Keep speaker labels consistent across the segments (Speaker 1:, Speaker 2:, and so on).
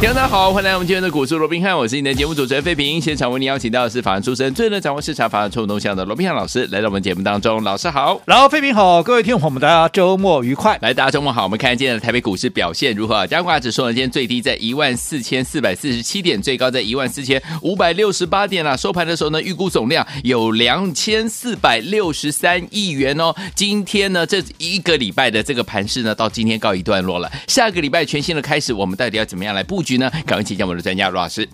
Speaker 1: 听众大家好，欢迎来我们今天的股市罗宾汉，我是你的节目主持人费平。现场为你邀请到的是法案出身、最能掌握市场法案冲动向的罗宾汉老师，来到我们节目当中。老师好，
Speaker 2: 然后，飞平好，各位听众朋友们，大家周末愉快。
Speaker 1: 来，大家周末好。我们看今天的台北股市表现如何啊？加权指数呢，今天最低在一万四千四百四十七点，最高在一万四千五百六十八点啦、收盘的时候呢，预估总量有两千四百六十三亿元哦。今天呢，这一个礼拜的这个盘势呢，到今天告一段落了。下个礼拜全新的开始，我们到底要怎么样来布局呢？赶快请教我们的专家罗老师。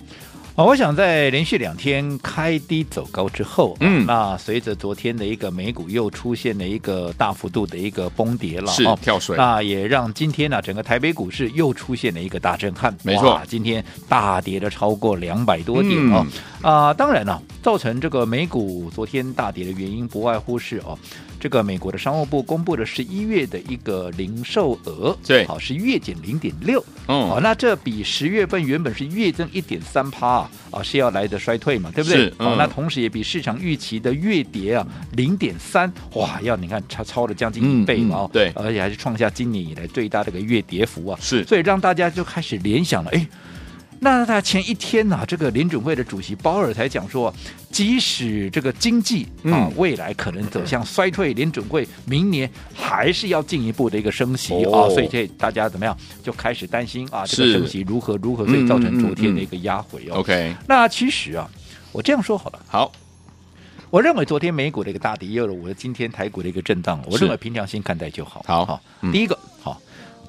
Speaker 2: 啊，我想在连续两天开低走高之后，啊
Speaker 1: 嗯
Speaker 2: 那随着昨天的一个美股又出现了一个大幅度的一个崩跌了，哦
Speaker 1: 是跳水
Speaker 2: 那也让今天呢、整个台北股市又出现了一个大震撼，
Speaker 1: 没错
Speaker 2: 哇今天大跌了超过两百多点
Speaker 1: 嗯
Speaker 2: 哦，啊、当然了、造成这个美股昨天大跌的原因不外乎是哦。这个美国的商务部公布了十一月的一个零售额，
Speaker 1: 对
Speaker 2: 好是月减零点六，哦
Speaker 1: 嗯
Speaker 2: 好，那这比十月份原本是月增一点三趴啊，啊是要来的衰退嘛，对不对
Speaker 1: 是？
Speaker 2: 好、
Speaker 1: 嗯
Speaker 2: 那同时也比市场预期的月跌啊零点三，哇，要你看超超了将近
Speaker 1: 嗯
Speaker 2: 一倍嘛、哦
Speaker 1: 嗯对
Speaker 2: 而且还是创下今年以来最大的一个月跌幅啊，
Speaker 1: 是
Speaker 2: 所以让大家就开始联想了，哎。那他前一天呢、这个联准会的主席鲍尔才讲说，即使这个经济啊
Speaker 1: 嗯
Speaker 2: 未来可能走向衰退，联准会明年还是要进一步的一个升息啊，
Speaker 1: 哦
Speaker 2: 所以这大家怎么样就开始担心啊，这
Speaker 1: 是嗯
Speaker 2: 个升息如何如何，所以造成昨天的一个压回哦。
Speaker 1: ，OK，
Speaker 2: 那其实啊，我这样说好了，
Speaker 1: 好，
Speaker 2: 我认为昨天美股的一个大跌，也有了我的今天台股的一个震荡，我
Speaker 1: 是
Speaker 2: 认为平常心看待就好。
Speaker 1: 好嗯
Speaker 2: 第一个好，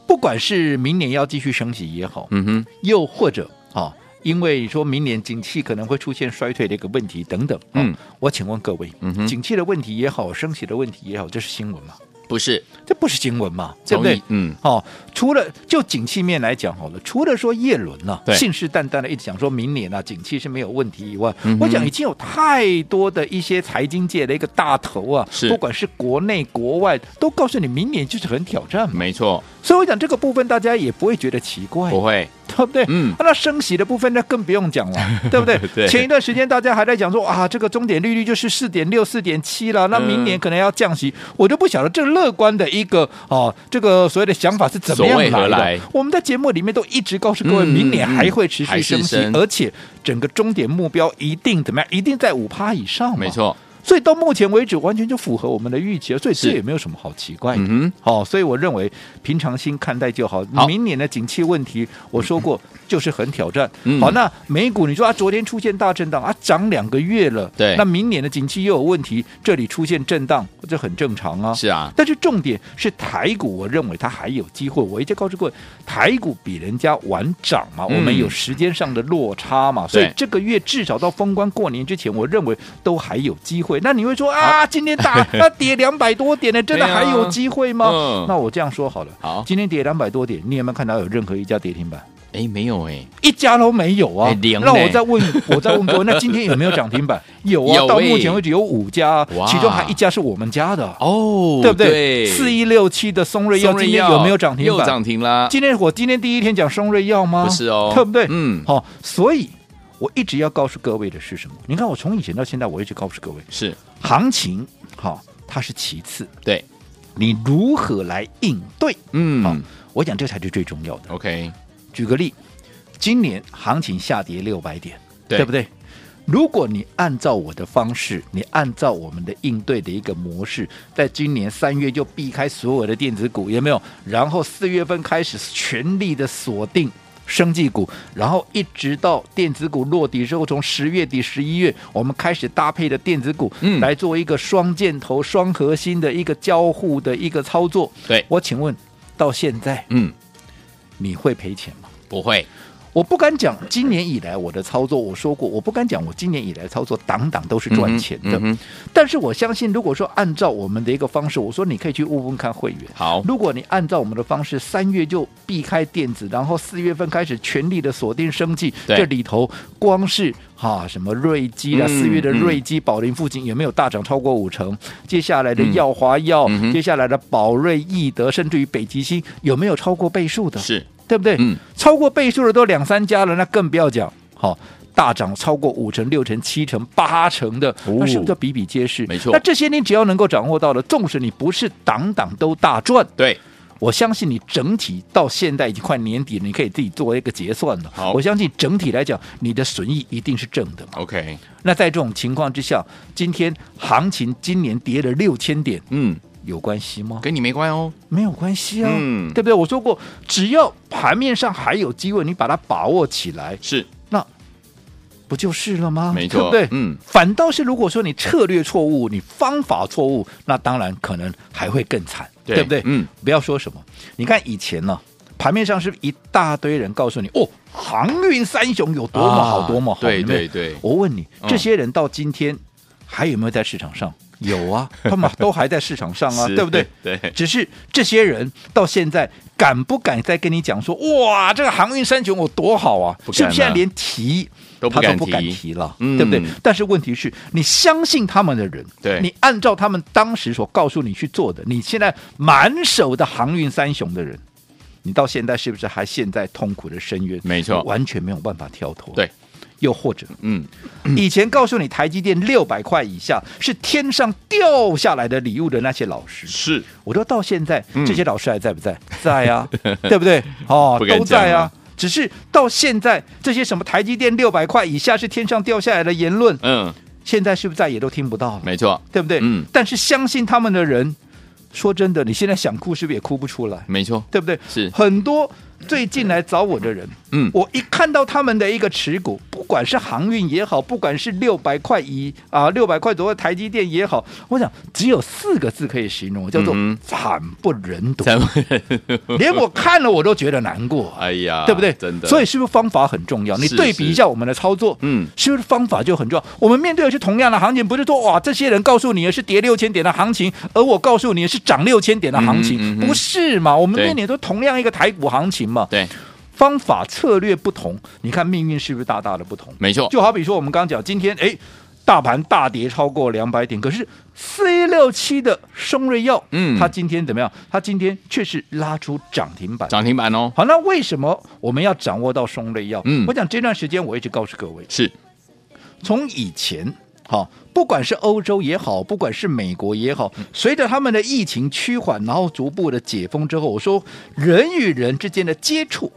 Speaker 2: 不管是明年要继续升息也好，
Speaker 1: 嗯哼，
Speaker 2: 又或者啊，因为说明年景气可能会出现衰退的一个问题等等。啊
Speaker 1: 嗯，
Speaker 2: 我请问各位，
Speaker 1: 嗯哼
Speaker 2: 景气的问题也好，升息的问题也好，这是新闻吗？
Speaker 1: 不是，
Speaker 2: 这不是新闻嘛，对不对
Speaker 1: 同意？嗯，
Speaker 2: 哦，除了就景气面来讲好了，除了说叶伦呐、
Speaker 1: 对
Speaker 2: 信誓旦旦的一直讲说明年啊景气是没有问题以外，
Speaker 1: 嗯哼
Speaker 2: 我讲已经有太多的一些财经界的一个大头啊
Speaker 1: 是，
Speaker 2: 不管是国内国外，都告诉你明年就是很挑战嘛。
Speaker 1: 没错，
Speaker 2: 所以我讲这个部分大家也不会觉得奇怪，啊
Speaker 1: 不会，
Speaker 2: 对不对？
Speaker 1: 嗯
Speaker 2: 啊那升息的部分那更不用讲了，对不对？
Speaker 1: 对
Speaker 2: 前一段时间大家还在讲说啊，这个终点利率就是四点六、四点七了，那
Speaker 1: 嗯
Speaker 2: 明年可能要降息，我就不晓得这乐观的一个哦、这个所谓的想法是怎么样
Speaker 1: 所谓何
Speaker 2: 来的。
Speaker 1: 来
Speaker 2: 我们在节目里面都一直告诉各位，
Speaker 1: 嗯
Speaker 2: 明年还会持
Speaker 1: 还是
Speaker 2: 续升息，
Speaker 1: 升
Speaker 2: 而且整个终点目标一定怎么样？一定在五趴以上嘛
Speaker 1: 没。错，
Speaker 2: 所以到目前为止，完全就符合我们的预期了，所以这
Speaker 1: 是
Speaker 2: 也没有什么好奇怪的。
Speaker 1: 嗯哼，
Speaker 2: 哦，所以我认为平常心看待就好。
Speaker 1: 好
Speaker 2: 明年的景气问题，我说 过就是很挑战。
Speaker 1: 嗯
Speaker 2: 好，那美股你说啊，昨天出现大震荡啊，涨两个月了，
Speaker 1: 对
Speaker 2: 那明年的景气又有问题，这里出现震荡，这很正常啊。
Speaker 1: 是啊，
Speaker 2: 但是重点是台股，我认为它还有机会。我一直告诉各位，台股比人家晚涨嘛，
Speaker 1: 嗯
Speaker 2: 我们有时间上的落差嘛，所以这个月至少到封关过年之前，我认为都还有机会。那你会说啊，今天大 那跌两百多点呢，真的
Speaker 1: 对啊
Speaker 2: 还有机会吗？
Speaker 1: 嗯
Speaker 2: 那我这样说好了，啊
Speaker 1: 好
Speaker 2: 今天跌两百多点，你有没有看到有任何一家跌停板？
Speaker 1: 哎，没有哎，
Speaker 2: 一家都没有啊
Speaker 1: 哎！零
Speaker 2: 那
Speaker 1: 呢
Speaker 2: 我 再问，我再问各位，那今天有没有涨停板？有啊，
Speaker 1: 有
Speaker 2: 到
Speaker 1: 欸
Speaker 2: 目前为止有五家啊
Speaker 1: 哇，
Speaker 2: 其中还一家是我们家的。
Speaker 1: 哦
Speaker 2: 对不对？四一六七的松瑞药
Speaker 1: 松
Speaker 2: 今
Speaker 1: 瑞
Speaker 2: 天
Speaker 1: 药
Speaker 2: 有没有涨停
Speaker 1: 又
Speaker 2: 板？
Speaker 1: 涨停啦，
Speaker 2: 今天我今天第一天讲松瑞药吗？
Speaker 1: 不是哦
Speaker 2: 对不对？
Speaker 1: 嗯
Speaker 2: 好、所以我一直要告诉各位的是什么？你看，我从以前到现在，我一直告诉各位，
Speaker 1: 是
Speaker 2: 行情好、它是其次，
Speaker 1: 对，
Speaker 2: 你如何来应对？好、
Speaker 1: 嗯
Speaker 2: 我讲这才是最重要的。
Speaker 1: ，OK，
Speaker 2: 举个例，今年行情下跌六百点，
Speaker 1: 对
Speaker 2: 不对？如果你按照我的方式，你按照我们的应对的一个模式，在今年三月就避开所有的电子股，有没有？然后四月份开始全力的锁定。生技股，然后一直到电子股落底之后，从十月底、十一月，我们开始搭配的电子股，
Speaker 1: 嗯
Speaker 2: 来做一个双箭头、双核心的一个交互的一个操作。
Speaker 1: 对
Speaker 2: 我请问，到现在
Speaker 1: 嗯，
Speaker 2: 你会赔钱吗？
Speaker 1: 不会，
Speaker 2: 我不敢讲今年以来我的操作，我说过，我不敢讲我今年以来操作档档都是赚钱的。
Speaker 1: 嗯哼嗯哼
Speaker 2: 但是我相信，如果说按照我们的一个方式，我说你可以去问问看会员。
Speaker 1: 好
Speaker 2: 如果你按照我们的方式，三月就避开电子，然后四月份开始全力的锁定生计，
Speaker 1: 对
Speaker 2: 这里头光是哈、什么瑞基啊，
Speaker 1: 嗯
Speaker 2: 四、月的瑞基、宝林附近有没有大涨超过五成？接下来的耀华药，
Speaker 1: 嗯哼
Speaker 2: 接下来的宝瑞、易德，甚至于北极星，有没有超过倍数的？
Speaker 1: 是
Speaker 2: 对不对？
Speaker 1: 嗯
Speaker 2: 超过倍数的都两三家了，那更不要讲。好、大涨超过五成、六成、七成、八成的，
Speaker 1: 哦
Speaker 2: 那是不是就比比皆是？
Speaker 1: 没错
Speaker 2: 那这些你只要能够掌握到的，纵使你不是档档都大赚，
Speaker 1: 对，
Speaker 2: 我相信你整体到现在已经快年底了，你可以自己做一个结算了
Speaker 1: 好。
Speaker 2: 我相信整体来讲，你的损益一定是正的嘛。
Speaker 1: OK，
Speaker 2: 那在这种情况之下，今天行情今年跌了六千点，
Speaker 1: 嗯，
Speaker 2: 有关系吗？
Speaker 1: 跟你没关哦，
Speaker 2: 没有关系啊，
Speaker 1: 嗯
Speaker 2: 对不对？我说过，只要盘面上还有机会，你把它把握起来，
Speaker 1: 是
Speaker 2: 那不就是了吗？
Speaker 1: 没错
Speaker 2: 对不对？
Speaker 1: 嗯
Speaker 2: 反倒是如果说你策略错误，你方法错误，那当然可能还会更惨，
Speaker 1: 对
Speaker 2: 不对？
Speaker 1: 嗯，
Speaker 2: 不要说什么，你看以前呢、盘面上是不是一大堆人告诉你哦，航运三雄有多么好，
Speaker 1: 啊
Speaker 2: 多么好？
Speaker 1: 对
Speaker 2: 有没有
Speaker 1: 对对
Speaker 2: 我问你，
Speaker 1: 嗯
Speaker 2: 这些人到今天还有没有在市场上？有啊，他们都还在市场上 啊，
Speaker 1: 是
Speaker 2: 对不对？
Speaker 1: 对
Speaker 2: 只是这些人到现在敢不敢再跟你讲说，哇，这个航运三雄有多好啊？
Speaker 1: 不敢啊
Speaker 2: 是不是现在连提
Speaker 1: 都不
Speaker 2: 他
Speaker 1: 敢
Speaker 2: 都
Speaker 1: 提
Speaker 2: 不敢提了，
Speaker 1: 嗯
Speaker 2: 对不对？但是问题是你相信他们的人，
Speaker 1: 对
Speaker 2: 你按照他们当时所告诉你去做的，你现在满手的航运三雄的人，你到现在是不是还陷在痛苦的深渊？
Speaker 1: 没错
Speaker 2: 完全没有办法跳脱。
Speaker 1: 对，
Speaker 2: 又或者
Speaker 1: 嗯，
Speaker 2: 以前告诉你台积电六百块以下是天上掉下来的礼物的那些老师，
Speaker 1: 是
Speaker 2: 我说到现在
Speaker 1: 嗯，
Speaker 2: 这些老师还在不在？在啊， 对不对？哦
Speaker 1: 不，敢
Speaker 2: 都在
Speaker 1: 讲
Speaker 2: 啊
Speaker 1: 了。
Speaker 2: 只是到现在，这些什么台积电六百块以下是天上掉下来的言论，
Speaker 1: 嗯，
Speaker 2: 现在是不是再也都听不到了？
Speaker 1: 没错，
Speaker 2: 对不对？
Speaker 1: 嗯
Speaker 2: 但是相信他们的人，说真的，你现在想哭是不是也哭不出来？
Speaker 1: 没错，
Speaker 2: 对不对？
Speaker 1: 是
Speaker 2: 很多最近来找我的人，
Speaker 1: 嗯
Speaker 2: 我一看到他们的一个持股，不管是航运也好，不管是六百块一啊六百块左右的台积电也好，我想只有四个字可以形容，叫做
Speaker 1: 嗯
Speaker 2: 惨不忍睹，
Speaker 1: 咱们，
Speaker 2: 连我看了我都觉得难过。
Speaker 1: 哎呀，
Speaker 2: 对不对？
Speaker 1: 真的，
Speaker 2: 所
Speaker 1: 以
Speaker 2: 以是不是方法很重要？你
Speaker 1: 是
Speaker 2: 对比一下我们的操作，
Speaker 1: 嗯
Speaker 2: 是不是方法就很重要？我们面对的是同样的行情，不是说哇，这些人告诉你的是跌六千点的行情，而我告诉你的是涨六千点的行情，
Speaker 1: 嗯哼嗯哼
Speaker 2: 不是嘛？我们
Speaker 1: 对
Speaker 2: 面临都同样一个台股行情嘛，
Speaker 1: 对，
Speaker 2: 方法策略不同，你看命运是不是大大的不同？
Speaker 1: 没错，
Speaker 2: 就好比说我们刚刚讲，今天哎，大盘大跌超过两百点，可是四一六七的松瑞药，
Speaker 1: 嗯
Speaker 2: 它今天怎么样？它今天却是拉出涨停板。
Speaker 1: 涨停板哦，
Speaker 2: 好，那为什么我们要掌握到松类药？
Speaker 1: 嗯
Speaker 2: 我讲这段时间我一直告诉各位，
Speaker 1: 是
Speaker 2: 从以前。好，不管是欧洲也好，不管是美国也好，随着他们的疫情趋缓，然后逐步的解封之后，我说人与人之间的接触，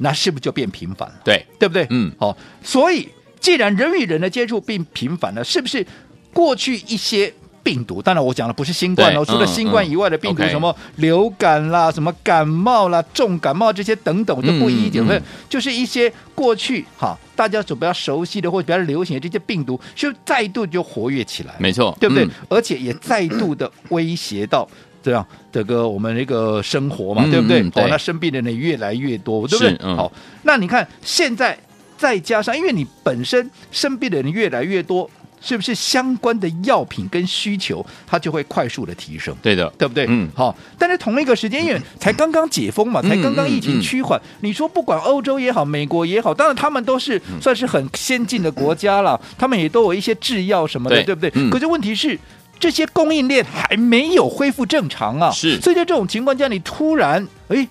Speaker 2: 那是不是就变频繁了？
Speaker 1: 对，
Speaker 2: 对不对？
Speaker 1: 嗯
Speaker 2: 好、所以既然人与人的接触变频繁了，是不是过去一些病毒？当然，我讲的不是新冠
Speaker 1: 对
Speaker 2: 哦，除了
Speaker 1: 嗯
Speaker 2: 新冠以外的病毒，
Speaker 1: 嗯，OK
Speaker 2: 什么流感啦、什么感冒啦、重感冒这些等等，我就不一一解释。
Speaker 1: 嗯嗯
Speaker 2: 就是一些过去哈大家所比较熟悉的或者比较流行的这些病毒，是不是再度就活跃起来了？
Speaker 1: 没错，
Speaker 2: 对不对？
Speaker 1: 嗯
Speaker 2: 而且也再度的威胁到。这样这个我们那个生活嘛，
Speaker 1: 嗯
Speaker 2: 对不对？
Speaker 1: 嗯
Speaker 2: 好、
Speaker 1: 对
Speaker 2: 那生病的人也越来越多，对不对
Speaker 1: 是？嗯
Speaker 2: 好，那你看现在再加上，因为你本身生病的人越来越多，是不是相关的药品跟需求它就会快速的提升？
Speaker 1: 对的，
Speaker 2: 对不对？
Speaker 1: 嗯
Speaker 2: 好，但是同一个时间，因为才刚刚解封嘛，
Speaker 1: 嗯
Speaker 2: 才刚刚疫
Speaker 1: 嗯嗯
Speaker 2: 情趋缓，你说不管欧洲也好，美国也好，当然他们都是
Speaker 1: 嗯
Speaker 2: 算是很先进的国家了，他们也都有一些制药什么的，
Speaker 1: 对
Speaker 2: 对不对？
Speaker 1: 嗯
Speaker 2: 可是问题是。这些供应链还没有恢复正常啊，
Speaker 1: 是
Speaker 2: 所以在这种情况下，你突然，哎，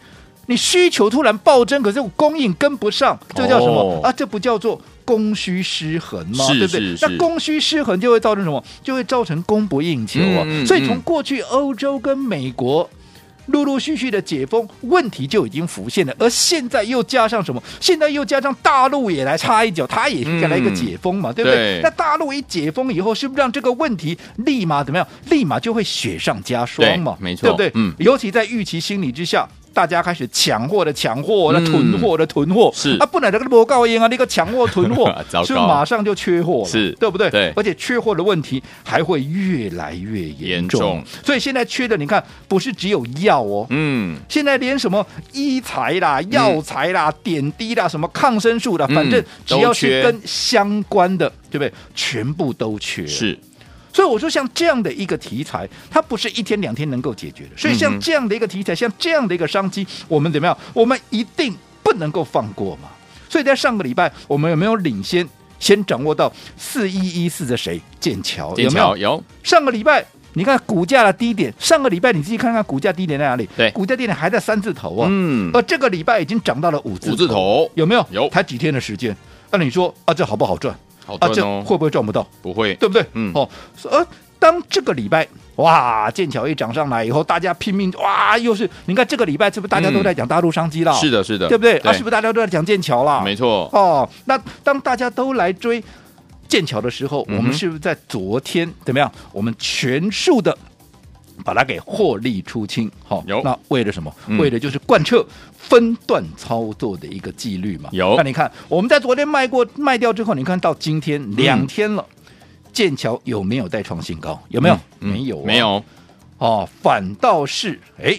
Speaker 2: 你需求突然暴增，可是我供应跟不上，这个叫什么、
Speaker 1: 哦
Speaker 2: 啊？这不叫做供需失衡吗？
Speaker 1: 是
Speaker 2: 对不
Speaker 1: 是
Speaker 2: 对？
Speaker 1: 是
Speaker 2: 那供需失衡就会造成什么？就会造成供不应求啊。
Speaker 1: 嗯嗯
Speaker 2: 所以从
Speaker 1: 嗯
Speaker 2: 过去欧洲跟美国。陆陆续续的解封，问题就已经浮现了，而现在又加上什么？现在又加上大陆也来插一脚，它也来一个解封嘛，对不
Speaker 1: 嗯对
Speaker 2: 对？那大陆一解封以后，是不是让这个问题立马怎么样？立马就会雪上加霜嘛，
Speaker 1: 对没错
Speaker 2: 对不对？
Speaker 1: 嗯
Speaker 2: 尤其在预期心理之下，大家开始抢货的抢货，那
Speaker 1: 嗯
Speaker 2: 囤货的囤货，
Speaker 1: 是，
Speaker 2: 啊，不然这个博高音啊，那个抢货囤货
Speaker 1: 糟糕
Speaker 2: 所以马上就缺货了，
Speaker 1: 是
Speaker 2: 对不对？
Speaker 1: 对
Speaker 2: 而且缺货的问题还会越来越
Speaker 1: 严
Speaker 2: 严
Speaker 1: 重
Speaker 2: 重，所以现在缺的，你看不是只有药哦，
Speaker 1: 嗯，
Speaker 2: 现在连什么医材啦、药材啦、点滴啦、什么抗生素啦，反正只要是
Speaker 1: 嗯都
Speaker 2: 跟相关的，对不对？全部都缺。，
Speaker 1: 是
Speaker 2: 所以我说像这样的一个题材，它不是一天两天能够解决的。所以
Speaker 1: 嗯
Speaker 2: 像
Speaker 1: 哼
Speaker 2: 这样的一个题材，像这样的一个商机，我们怎么样？我们一定不能够放过嘛。所以在上个礼拜，我们有没有领先先掌握到四一一四的谁？剑桥
Speaker 1: 剑
Speaker 2: 哦有没有
Speaker 1: 桥？有，
Speaker 2: 上个礼拜你看股价的低点，上个礼拜你自己看看股价低点在哪里？
Speaker 1: 对
Speaker 2: 股价低点还在三字头啊。
Speaker 1: 嗯，
Speaker 2: 而这个礼拜已经涨到了五字
Speaker 1: 五字头
Speaker 2: 有没有？
Speaker 1: 有
Speaker 2: 才几天的时间。那你说啊，这好不好赚？
Speaker 1: 好
Speaker 2: 啊，
Speaker 1: 赚
Speaker 2: 这
Speaker 1: 哦，
Speaker 2: 会不会赚不到？
Speaker 1: 不会，
Speaker 2: 对不对？
Speaker 1: 嗯
Speaker 2: 哦，而当这个礼拜哇，剑桥一涨上来以后，大家拼命哇，又是你看这个礼拜是不是大家都在讲大陆商机了？
Speaker 1: 嗯是的，是的，
Speaker 2: 对不对？啊，是不
Speaker 1: 不
Speaker 2: 是大家都在讲剑桥了？
Speaker 1: 没错，
Speaker 2: 哦，那当大家都来追剑桥的时候，
Speaker 1: 嗯哼
Speaker 2: 我们是不是在昨天怎么样？我们全数的把它给获利出清？好、
Speaker 1: 有
Speaker 2: 那为了什么？
Speaker 1: 嗯
Speaker 2: 为了就是贯彻分段操作的一个纪律嘛。
Speaker 1: 有
Speaker 2: 那你看我们在昨天卖过卖掉之后，你看到今天两天了。剑桥有没有再创新高？有没有？
Speaker 1: 嗯
Speaker 2: 没有、啊
Speaker 1: 没。有，
Speaker 2: 哦，反倒是哎。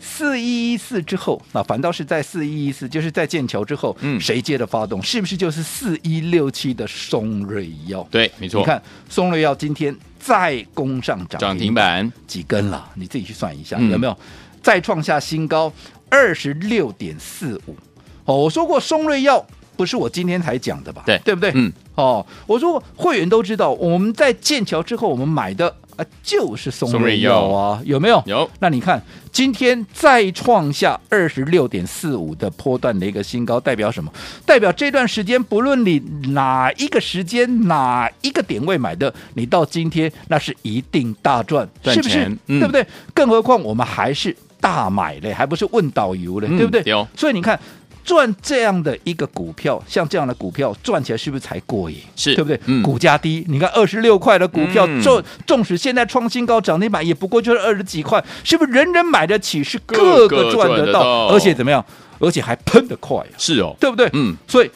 Speaker 2: 四一一四之后，那反倒是在四一一四，就是在剑桥之后，
Speaker 1: 嗯
Speaker 2: 谁接着发动？是不是就是四一六七的松瑞药？，
Speaker 1: 对，没错，
Speaker 2: 你看松瑞药今天再攻上涨
Speaker 1: 涨停板
Speaker 2: 几根了？你自己去算一下，
Speaker 1: 嗯
Speaker 2: 有没有再创下新高二十六点四五？哦，我说过松瑞药不是我今天才讲的吧？
Speaker 1: 对
Speaker 2: 对不对？
Speaker 1: 嗯，
Speaker 2: 哦，我说过会员都知道，我们在剑桥之后我们买的啊就是松
Speaker 1: 松瑞
Speaker 2: 瑞
Speaker 1: 药
Speaker 2: 药啊，有没有？
Speaker 1: 有，
Speaker 2: 那你看，今天再创下二十六点四五的波段的一个新高，代表什么？代表这段时间，不论你哪一个时间、哪一个点位买的，你到今天那是一定大赚，
Speaker 1: 赚
Speaker 2: 是不是
Speaker 1: 钱？嗯
Speaker 2: 对不对？更何况我们还是大买嘞，还不是问导游嘞，
Speaker 1: 嗯
Speaker 2: 对不对？
Speaker 1: 对哦
Speaker 2: 所以你看。赚这样的一个股票，像这样的股票赚起来是不是才过瘾？
Speaker 1: 是
Speaker 2: 对不对？
Speaker 1: 嗯
Speaker 2: 股价低，你看二十六块的股票
Speaker 1: 嗯
Speaker 2: 赚纵使现在创新高，涨停板也不过就是二十几块，是不是人人买得起，是
Speaker 1: 个
Speaker 2: 个
Speaker 1: 个
Speaker 2: 个
Speaker 1: 赚
Speaker 2: 赚
Speaker 1: 得
Speaker 2: 得到，
Speaker 1: 到
Speaker 2: 而且怎么样？而且还喷得快、啊，
Speaker 1: 是哦，
Speaker 2: 对不对？
Speaker 1: 嗯
Speaker 2: 所以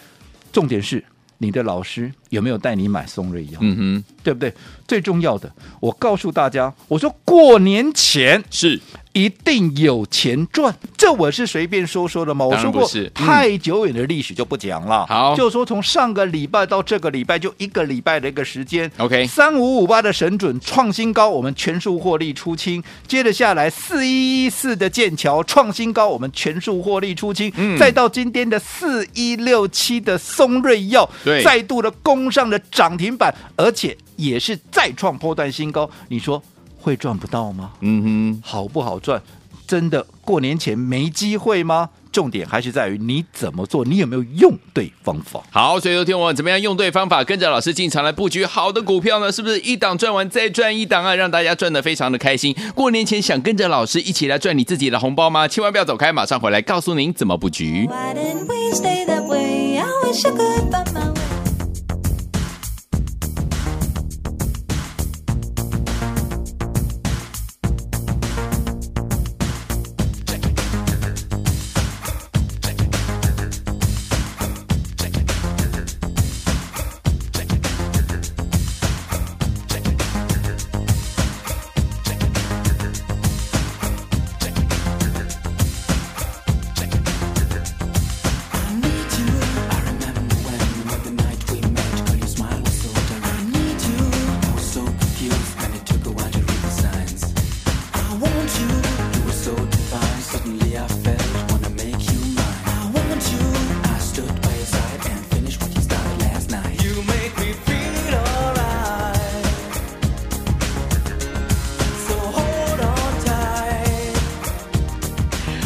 Speaker 2: 重点是你的老师有没有带你买松瑞药，
Speaker 1: 嗯哼，
Speaker 2: 对不对？最重要的，我告诉大家，我说过年前
Speaker 1: 是
Speaker 2: 一定有钱赚，这我是随便说说的嘛。我
Speaker 1: 当然
Speaker 2: 说
Speaker 1: 不
Speaker 2: 过
Speaker 1: 是，嗯
Speaker 2: 太久远的历史就不讲了。
Speaker 1: 好
Speaker 2: 就说从上个礼拜到这个礼拜，就一个礼拜的一个时间。
Speaker 1: OK
Speaker 2: 三五五八的神准创新高，我们全数获利出清。接着下来四一一四的剑桥创新高，我们全数获利出清。
Speaker 1: 嗯
Speaker 2: 再到今天的四一六七的松瑞药，
Speaker 1: 对
Speaker 2: 再度的攻上了涨停板，而且也是再创波段新高。你说会赚不到吗？
Speaker 1: 嗯哼，
Speaker 2: 好不好赚，真的过年前没机会吗？重点还是在于你怎么做，你有没有用对方法。
Speaker 1: 好，所以昨天我们怎么样用对方法，跟着老师进场来布局好的股票呢？是不是一档赚完再赚一档啊，让大家赚的非常的开心？过年前想跟着老师一起来赚你自己的红包吗？千万不要走开，马上回来告诉您怎么布局。
Speaker 3: Why didn't we stay that way? I wish I could find my way.
Speaker 4: Hold on tight.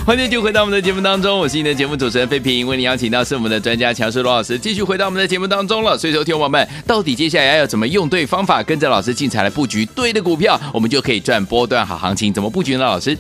Speaker 1: 欢迎继续回到我们的节目当中，我是你的节目主持人费平，为您邀请到是我们的专家强势罗老师，继续回到我们的节目当中了。所以，说，听众朋友们，到底接下来要怎么用对方法，跟着老师进场来布局对的股票，我们就可以赚波段好行情？怎么布局呢？老师，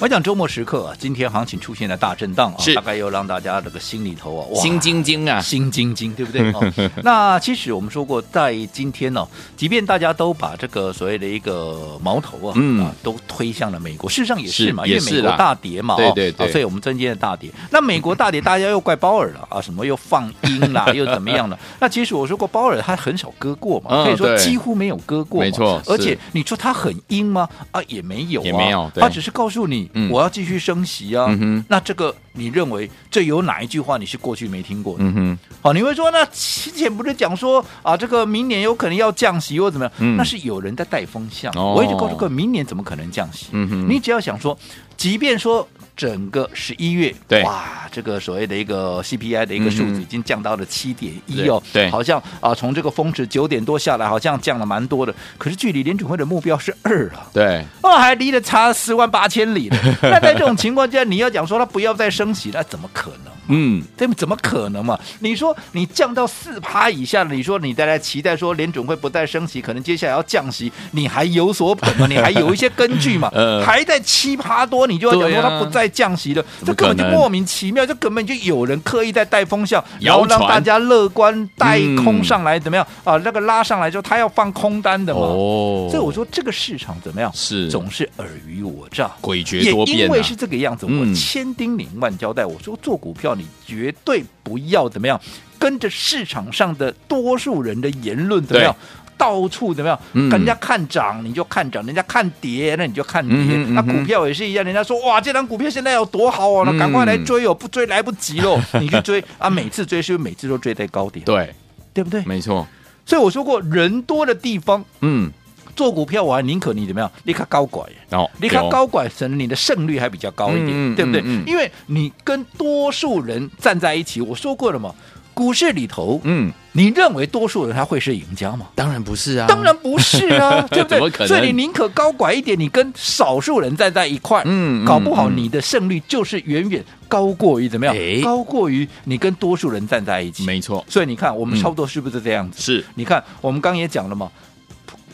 Speaker 2: 我讲周末时刻啊，今天行情出现了大震荡啊
Speaker 1: 是，
Speaker 2: 大概又让大家这个心里头啊，哇
Speaker 1: 心惊惊啊，
Speaker 2: 心惊惊，对 不对？哦，那其实我们说过，在今天呢、哦即便大家都把这个所谓的一个矛头啊，
Speaker 1: 嗯
Speaker 2: 啊都推向了美国，事实上也是嘛，
Speaker 1: 是也
Speaker 2: 因为
Speaker 1: 是
Speaker 2: 美
Speaker 1: 啦
Speaker 2: 国大跌嘛，
Speaker 1: 对
Speaker 2: 哦
Speaker 1: 对对
Speaker 2: 啊所以我们中间的大跌。那美国大跌，大家又怪鲍尔了啊，什么又放鹰 啦，又怎么样了？那其实我说过，鲍尔他很少割过嘛，
Speaker 1: 嗯
Speaker 2: 可以说
Speaker 1: 对
Speaker 2: 几乎没有割过嘛，
Speaker 1: 没错
Speaker 2: 而且
Speaker 1: 是
Speaker 2: 你说他很鹰吗？啊，也没有啊，
Speaker 1: 也没有对
Speaker 2: 他只是告诉你
Speaker 1: 嗯
Speaker 2: 我要继续升息啊
Speaker 1: 嗯哼。
Speaker 2: 那这个你认为这有哪一句话你是过去没听过的？
Speaker 1: 嗯哼，
Speaker 2: 好，哦你会说那之前不是讲说啊，这个明年有可能要降息或怎么样？
Speaker 1: 嗯
Speaker 2: 那是有人在带风向。
Speaker 1: 哦
Speaker 2: 我一直告诉各位，明年怎么可能降息？
Speaker 1: 嗯哼
Speaker 2: 你只要想说，即便说整个十一月，
Speaker 1: 对
Speaker 2: 哇，这个所谓的一个 CPI 的一个数
Speaker 1: 嗯哼
Speaker 2: 字已经降到了七点一哦，
Speaker 1: 对对
Speaker 2: 好像啊从这个峰值九点多下来，好像降了蛮多的，可是距离联储会的目标是二啊。
Speaker 1: 对，
Speaker 2: 哦，还离得差十万八 千里呢。那在这种情况之下，你要讲说它不要再升息，那怎么可能？
Speaker 1: 嗯，
Speaker 2: 这怎么可能嘛？你说你降到四趴以下，你说你再来期待说联准会不再升息，可能接下来要降息，你还有所本 嘛？你还有一些根据嘛？
Speaker 1: 呃
Speaker 2: 还在七趴多，你就要讲
Speaker 1: 对
Speaker 2: 说
Speaker 1: 啊
Speaker 2: 它不再降息了，
Speaker 1: 怎
Speaker 2: 这
Speaker 1: 么
Speaker 2: 根本就
Speaker 1: 可能
Speaker 2: 莫名其妙，这根本就有人刻意在带风向，然
Speaker 1: 谣
Speaker 2: 后让
Speaker 1: 传
Speaker 2: 大家乐观带空
Speaker 1: 嗯
Speaker 2: 上来，怎么样啊？那个拉上来之后，他要放空单的嘛？
Speaker 1: 哦
Speaker 2: 所以我说这个市场怎么样？
Speaker 1: 是
Speaker 2: 总是尔虞我诈，
Speaker 1: 诡谲
Speaker 2: 也
Speaker 1: 多变啊
Speaker 2: 因为是这个样子，
Speaker 1: 嗯
Speaker 2: 我千叮咛万交代，我说做股票你绝对不要怎么样，跟着市场上的多数人的言论怎么样。到处怎么样？
Speaker 1: 嗯
Speaker 2: 人家看涨你就看涨，人家看跌那你就看跌。
Speaker 1: 嗯哼嗯哼
Speaker 2: 那股票也是一样，人家说哇，这张股票现在有多好哦，那
Speaker 1: 嗯
Speaker 2: 赶快来追哦，不追来不及喽。 你去追啊，每次追是不是每次都追在高点？
Speaker 1: 对，
Speaker 2: 对不对？
Speaker 1: 没错，
Speaker 2: 所以我说过，人多的地方
Speaker 1: 嗯，哦
Speaker 2: 做股票，我还宁可你怎么样，你看高拐耶。
Speaker 1: 然后
Speaker 2: 你看，高管神，你的胜率还比较高一点，
Speaker 1: 嗯嗯
Speaker 2: 对不对、
Speaker 1: 嗯嗯
Speaker 2: 因为你跟多数人站在一起，我说过了嘛，股市里头，
Speaker 1: 嗯，
Speaker 2: 你认为多数人他会是赢家吗？
Speaker 1: 当然不是啊，
Speaker 2: 当然不是 啊，对不
Speaker 1: 怎么可能
Speaker 2: 对？所以你宁可高管一点，你跟少数人站在一块，
Speaker 1: 嗯嗯
Speaker 2: 搞不好
Speaker 1: 嗯
Speaker 2: 你的胜率就是远远高过于怎么样
Speaker 1: 哎？
Speaker 2: 高过于你跟多数人站在一
Speaker 1: 嗯
Speaker 2: 起。
Speaker 1: 没嗯错，
Speaker 2: 所以你看，我
Speaker 1: 嗯
Speaker 2: 们操作是不是这样子？
Speaker 1: 是，
Speaker 2: 你看，我们刚也讲了嘛，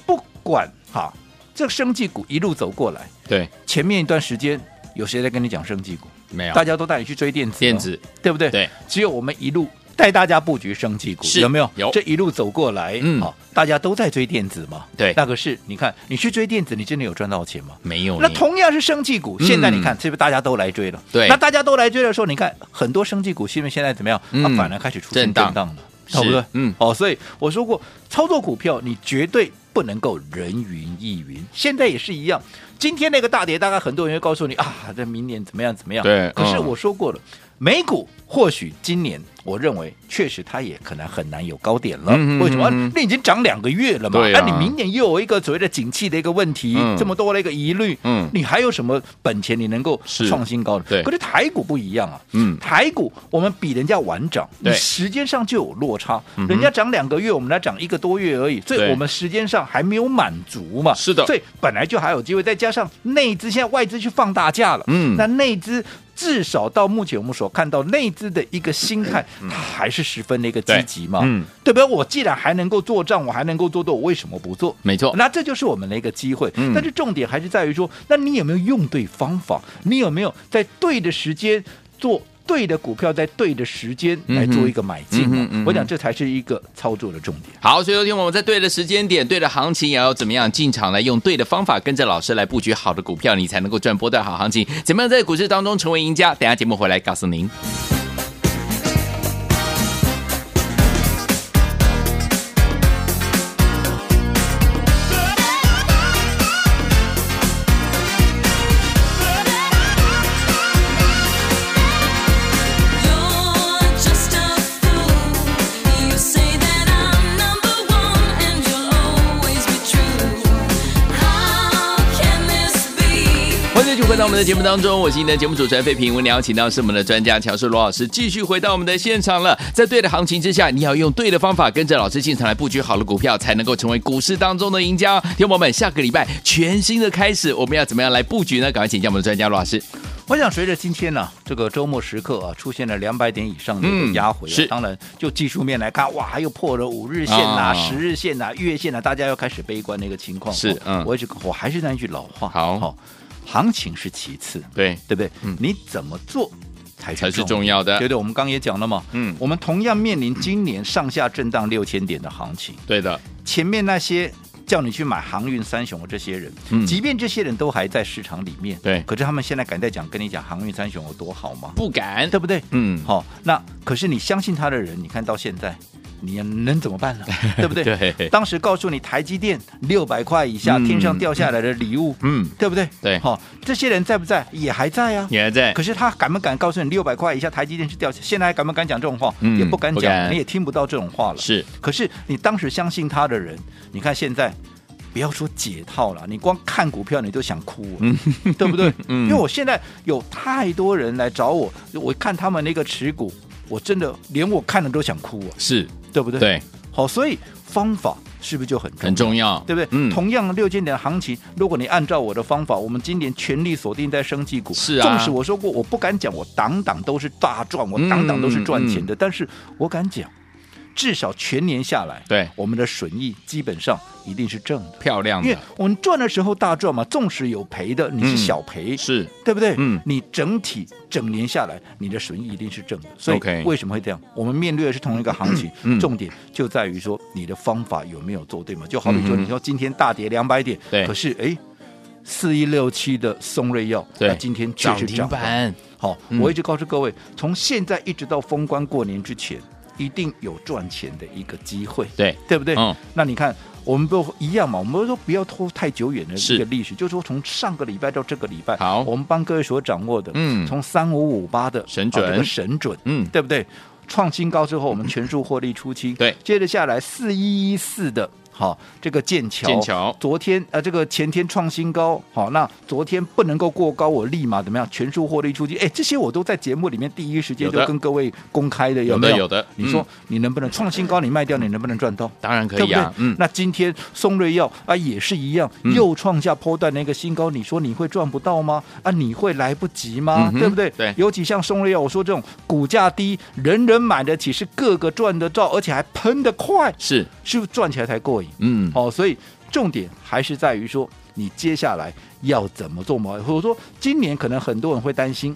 Speaker 2: 不不管哈，这个生技股一路走过来。
Speaker 1: 对，
Speaker 2: 前面一段时间有谁在跟你讲生技股？
Speaker 1: 没有
Speaker 2: 大家都带你去追电子哦，
Speaker 1: 哎电子，
Speaker 2: 对不对？
Speaker 1: 对，
Speaker 2: 只有我们一路带大家布局生技股，
Speaker 1: 是
Speaker 2: 有没有？
Speaker 1: 有
Speaker 2: 这一路走过来，
Speaker 1: 嗯
Speaker 2: 好，大家都在追电子嘛。
Speaker 1: 对
Speaker 2: 那可是你看，你去追电子，你真的有赚到钱吗？
Speaker 1: 没有
Speaker 2: 那
Speaker 1: 呢
Speaker 2: 同样是生技股，
Speaker 1: 嗯
Speaker 2: 现在你看是不是大家都来追了？
Speaker 1: 对
Speaker 2: 那大家都来追的时候，你看很多生技股是不是现在怎么样？
Speaker 1: 嗯
Speaker 2: 它反而开始出现
Speaker 1: 震
Speaker 2: 震
Speaker 1: 荡
Speaker 2: 荡了，
Speaker 1: 是
Speaker 2: 对不对？
Speaker 1: 嗯
Speaker 2: 哦，所以我说过，操作股票你绝对不能够人云亦云。现在也是一样，今天那个大跌，大概很多人会告诉你啊，这明年怎么样怎么样。
Speaker 1: 对
Speaker 2: 可是
Speaker 1: 嗯
Speaker 2: 我说过了，美股或许今年。我认为确实它也可能很难有高点了，
Speaker 1: 嗯嗯
Speaker 2: 为什么
Speaker 1: 嗯嗯？
Speaker 2: 那已经涨两个月了嘛，
Speaker 1: 对啊
Speaker 2: 你明年又有一个所谓的景气的一个问题，
Speaker 1: 嗯
Speaker 2: 这么多的一个疑虑，
Speaker 1: 嗯
Speaker 2: 你还有什么本钱你能够
Speaker 1: 是
Speaker 2: 创新高的？
Speaker 1: 对
Speaker 2: 可是台股不一样啊，
Speaker 1: 嗯
Speaker 2: 台股我们比人家晚涨，
Speaker 1: 对嗯
Speaker 2: 你时间上就有落差，人家涨两个月，我们来涨一个多月而已，所
Speaker 1: 对
Speaker 2: 以我们时间上还没有满足嘛，
Speaker 1: 是的
Speaker 2: 所以本来就还有机会，再加上内资现在外资去放大假了，
Speaker 1: 嗯
Speaker 2: 那内资。至少到目前我们所看到内资的一个心态，它还是十分的一个积
Speaker 1: 嗯对
Speaker 2: 极嘛，
Speaker 1: 嗯，
Speaker 2: 对不对？我既然还能够做账，我还能够做多，我为什么不做？
Speaker 1: 没错，
Speaker 2: 那这就是我们的一个机会。
Speaker 1: 嗯
Speaker 2: 但是重点还是在于说，那你有没有用对方法？你有没有在对的时间做？对的股票在对的时间来做一个买进嘛、
Speaker 1: 嗯
Speaker 2: 啊
Speaker 1: 哼嗯嗯哼嗯哼
Speaker 2: 我讲这才是一个操作的重点。
Speaker 1: 好，所以有天我们在对的时间点、对的行情，也要怎么样进场来用对的方法，跟着老师来布局好的股票，你才能够赚波段好行情。怎么样在股市当中成为赢家？等一下节目回来告诉您。
Speaker 3: You're just a fool. You say that I'm number one, and you'll always be true. How can this be?
Speaker 1: 欢迎继续回到我们的节目当中，我是您的节目主持人费平。我们邀请到是我们的专家乔世罗老师，继续回到我们的现场了。在对的行情之下，你要用对的方法，跟着老师进场来布局好的股票，才能够成为股市当中的赢家哦。听众朋友们，下个礼拜全新的开始，我们要怎么样来布局呢？赶快请教我们的专家罗老师。
Speaker 2: 我想随着今天呢、这个周末时刻啊，出现了两百点以上的一个压回、
Speaker 1: 嗯
Speaker 2: 啊
Speaker 1: 是
Speaker 2: 当然就技术面来看，哇，又破了五日线
Speaker 1: 啊
Speaker 2: 呐、十、日线啊呐、月线呐、大家又开始悲观的一个情况。
Speaker 1: 是嗯
Speaker 2: 我一直我还是那一句老话，
Speaker 1: 好
Speaker 2: 好、行情是其次，
Speaker 1: 对，
Speaker 2: 对不对？
Speaker 1: 嗯
Speaker 2: 你怎么做才是
Speaker 1: 才是重要的
Speaker 2: 对对，我们刚刚也讲了嘛，
Speaker 1: 嗯
Speaker 2: 我们同样面临今年上下震荡六千点的行情，
Speaker 1: 对的，
Speaker 2: 前面那些。叫你去买航运三雄的这些人，
Speaker 1: 嗯
Speaker 2: 即便这些人都还在市场里面，
Speaker 1: 对
Speaker 2: 可是他们现在敢在讲跟你讲航运三雄有多好吗？
Speaker 1: 不敢，
Speaker 2: 对不对？
Speaker 1: 嗯，
Speaker 2: 好、那可是你相信他的人，你看到现在，你能怎 么办呢？对不对？
Speaker 1: 对
Speaker 2: 当时告诉你台积电六百块以下、
Speaker 1: 嗯
Speaker 2: 天上掉下来的礼物，
Speaker 1: 嗯，
Speaker 2: 对不对？
Speaker 1: 对
Speaker 2: 好、这些人在不在？也还在啊。
Speaker 1: 你还在
Speaker 2: 可，是他敢不敢告诉你六百块以下台积电是掉下？现在还敢不敢讲这种话？
Speaker 1: 嗯
Speaker 2: 也不敢
Speaker 1: 不
Speaker 2: 讲，
Speaker 1: 敢
Speaker 2: 你也听不到这种话了。
Speaker 1: 是，
Speaker 2: 可是你当时相信他的人，你看现在。不要说解套了，你光看股票你都想哭、啊，对不对？
Speaker 1: 嗯
Speaker 2: 因为我现在有太多人来找我，我看他们那个持股，我真的连我看了都想哭啊，
Speaker 1: 是，
Speaker 2: 对不对？，
Speaker 1: 对，
Speaker 2: 好，所以方法是不是就很重要
Speaker 1: 很重要，
Speaker 2: 对不对？
Speaker 1: 嗯，
Speaker 2: 同样六千点的行情，如果你按照我的方法，我们今年全力锁定在生技股。
Speaker 1: 是啊嗯
Speaker 2: 纵使我说过，我不敢讲我档档都是大赚，我档档都是赚钱的，但是我敢讲，至少全年下来，
Speaker 1: 对
Speaker 2: 我们的损益基本上一定是正的。
Speaker 1: 漂亮
Speaker 2: 因为
Speaker 1: 的，
Speaker 2: 我们赚的时候大赚嘛，纵使有赔的，你是
Speaker 1: 嗯
Speaker 2: 小赔，
Speaker 1: 是，
Speaker 2: 对不对？
Speaker 1: 嗯
Speaker 2: 你整体整年下来，你的损益一定是正的。所以
Speaker 1: OK
Speaker 2: 为什么会这样？我们面对的是同一个行情，
Speaker 1: 嗯
Speaker 2: 重点就在于说你的方法有没有做对嘛？就好比
Speaker 1: 嗯
Speaker 2: 说，
Speaker 1: 哼
Speaker 2: 你说今天大跌两百点，
Speaker 1: 对
Speaker 2: 可是哎。四一六七的松瑞药，
Speaker 1: 对
Speaker 2: 那今天确
Speaker 1: 涨
Speaker 2: 实
Speaker 1: 停
Speaker 2: 涨了
Speaker 1: 板，
Speaker 2: 好，
Speaker 1: 嗯
Speaker 2: 我一直告诉各位，从现在一直到封关过年之前，一定有赚钱的一个机会，
Speaker 1: 对
Speaker 2: 对不对？
Speaker 1: 嗯
Speaker 2: 那你看，我们不一样嘛？我们说不要拖太久远的
Speaker 1: 是
Speaker 2: 一个历史，就是说从上个礼拜到这个礼拜，
Speaker 1: 好
Speaker 2: 我们帮各位所掌握的，
Speaker 1: 嗯
Speaker 2: 从三五五八的
Speaker 1: 神
Speaker 2: 啊
Speaker 1: 准
Speaker 2: 这个神准，
Speaker 1: 嗯
Speaker 2: 对不对？创新高之后，我们全数获利出清，
Speaker 1: 对
Speaker 2: 接着下来四一一四的。好，这个剑桥，
Speaker 1: 剑桥
Speaker 2: 昨天呃，这个前天创新高，好，那昨天不能够过高，我立马怎么样，全数获利出去。哎，这些我都在节目里面第一时间
Speaker 1: 有的
Speaker 2: 就跟各位公开的，
Speaker 1: 有的
Speaker 2: 没有？
Speaker 1: 有的
Speaker 2: 你说
Speaker 1: 嗯
Speaker 2: 你能不能创新高？你卖掉，你能不能赚到？
Speaker 1: 当然可
Speaker 2: 对
Speaker 1: 以
Speaker 2: 不对
Speaker 1: 啊，嗯，
Speaker 2: 那今天松瑞药啊也是一样，
Speaker 1: 嗯
Speaker 2: 又创下波段的一个新高，你说你会赚不到吗？啊，你会来不及吗
Speaker 1: 嗯？哼
Speaker 2: 对不对？
Speaker 1: 对
Speaker 2: 尤其像松瑞药，我说这种股价低，人人买得起，是个个赚得到，而且还喷得快，
Speaker 1: 是，
Speaker 2: 是不是赚起来才过瘾？
Speaker 1: 嗯，
Speaker 2: 哦，所以重点还是在于说，你接下来要怎么做嘛？或者说，今年可能很多人会担心，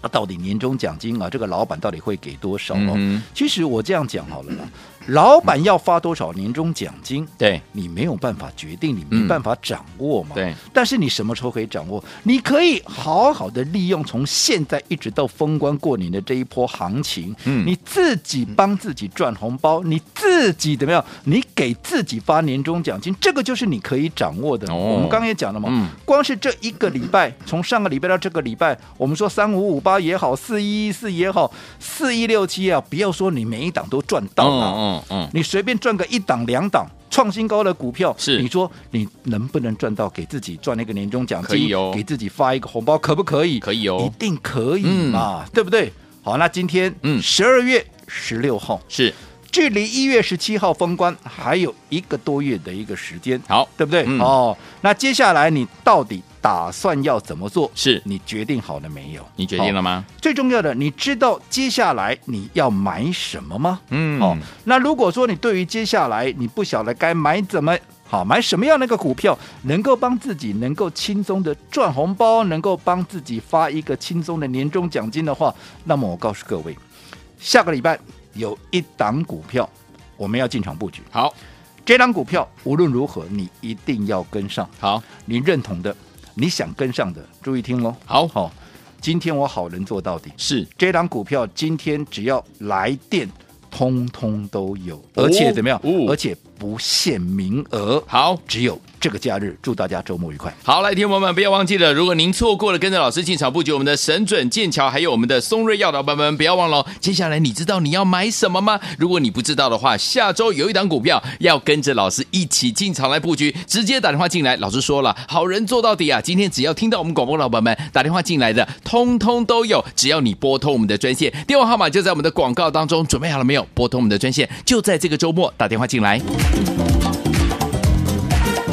Speaker 2: 啊，到底年终奖金啊，这个老板到底会给多少哦？
Speaker 1: 嗯哼
Speaker 2: 其实我这样讲好了啦，老板要发多少年终奖金？
Speaker 1: 对，
Speaker 2: 哎你没有办法决定，你
Speaker 1: 嗯
Speaker 2: 没办法掌握嘛。
Speaker 1: 对。
Speaker 2: 但是你什么时候可以掌握？你可以好好的利用从现在一直到封关过年的这一波行情，
Speaker 1: 嗯
Speaker 2: 你自己帮自己赚红包，你自己怎么样？你给自己发年终奖金，这个就是你可以掌握的。
Speaker 1: 哦
Speaker 2: 我们刚刚也讲了嘛，
Speaker 1: 嗯
Speaker 2: 光是这一个礼拜，从上个礼拜到这个礼拜，我们说三五五八也好，四一一四也好，四一六七也好，不要说你每一档都赚到了。
Speaker 1: 嗯嗯
Speaker 2: 你随便赚个一档两档。创新高的股票，
Speaker 1: 是
Speaker 2: 你说你能不能赚到给自己赚那个年终奖金？
Speaker 1: 可以哦
Speaker 2: 给自己发一个红包，可不可以？
Speaker 1: 可
Speaker 2: 以
Speaker 1: 以哦
Speaker 2: 一，定可以嘛，对不对？好，那今天
Speaker 1: 嗯
Speaker 2: 十二月十六号，
Speaker 1: 是，
Speaker 2: 距离一月十七号封关还有一个多月的一个时间，
Speaker 1: 好，
Speaker 2: 对不对？
Speaker 1: 嗯
Speaker 2: 哦，那接下来你到底打算要怎么做？
Speaker 1: 是
Speaker 2: 你决定好了没有？
Speaker 1: 你决定了吗？
Speaker 2: 最重要的，你知道接下来你要买什么吗？
Speaker 1: 嗯
Speaker 2: 哦，那如果说你对于接下来你不晓得该买怎么。好，买什么样的一个股票能够帮自己能够轻松的赚红包，能够帮自己发一个轻松的年终奖金的话，那么我告诉各位，下个礼拜有一档股票我们要进场布局，
Speaker 1: 好，
Speaker 2: 这档股票无论如何你一定要跟上，
Speaker 1: 好，
Speaker 2: 你认同的，你想跟上的，注意听喽。
Speaker 1: 好
Speaker 2: 好、今天我好人做到底，
Speaker 1: 是，
Speaker 2: 这档股票今天只要来电，通通都有，而且怎么样？
Speaker 1: 哦
Speaker 2: 而且不限名额，
Speaker 1: 好。
Speaker 2: 只有这个假日。祝大家周末愉快。
Speaker 1: 好，来，听众朋友们，不要忘记了，如果您错过了跟着老师进场布局我们的神准剑桥，还有我们的松瑞药的伙伴们，不要忘了哦。接下来你知道你要买什么吗？如果你不知道的话，下周有一档股票要跟着老师一起进场来布局，直接打电话进来。老师说了，好人做到底啊！今天只要听到我们广播的老板们打电话进来的，通通都有，只要你拨通我们的专线，电话号码就在我们的广告当中。准备好了没有？拨通我们的专线，就在这个周末打电话进来。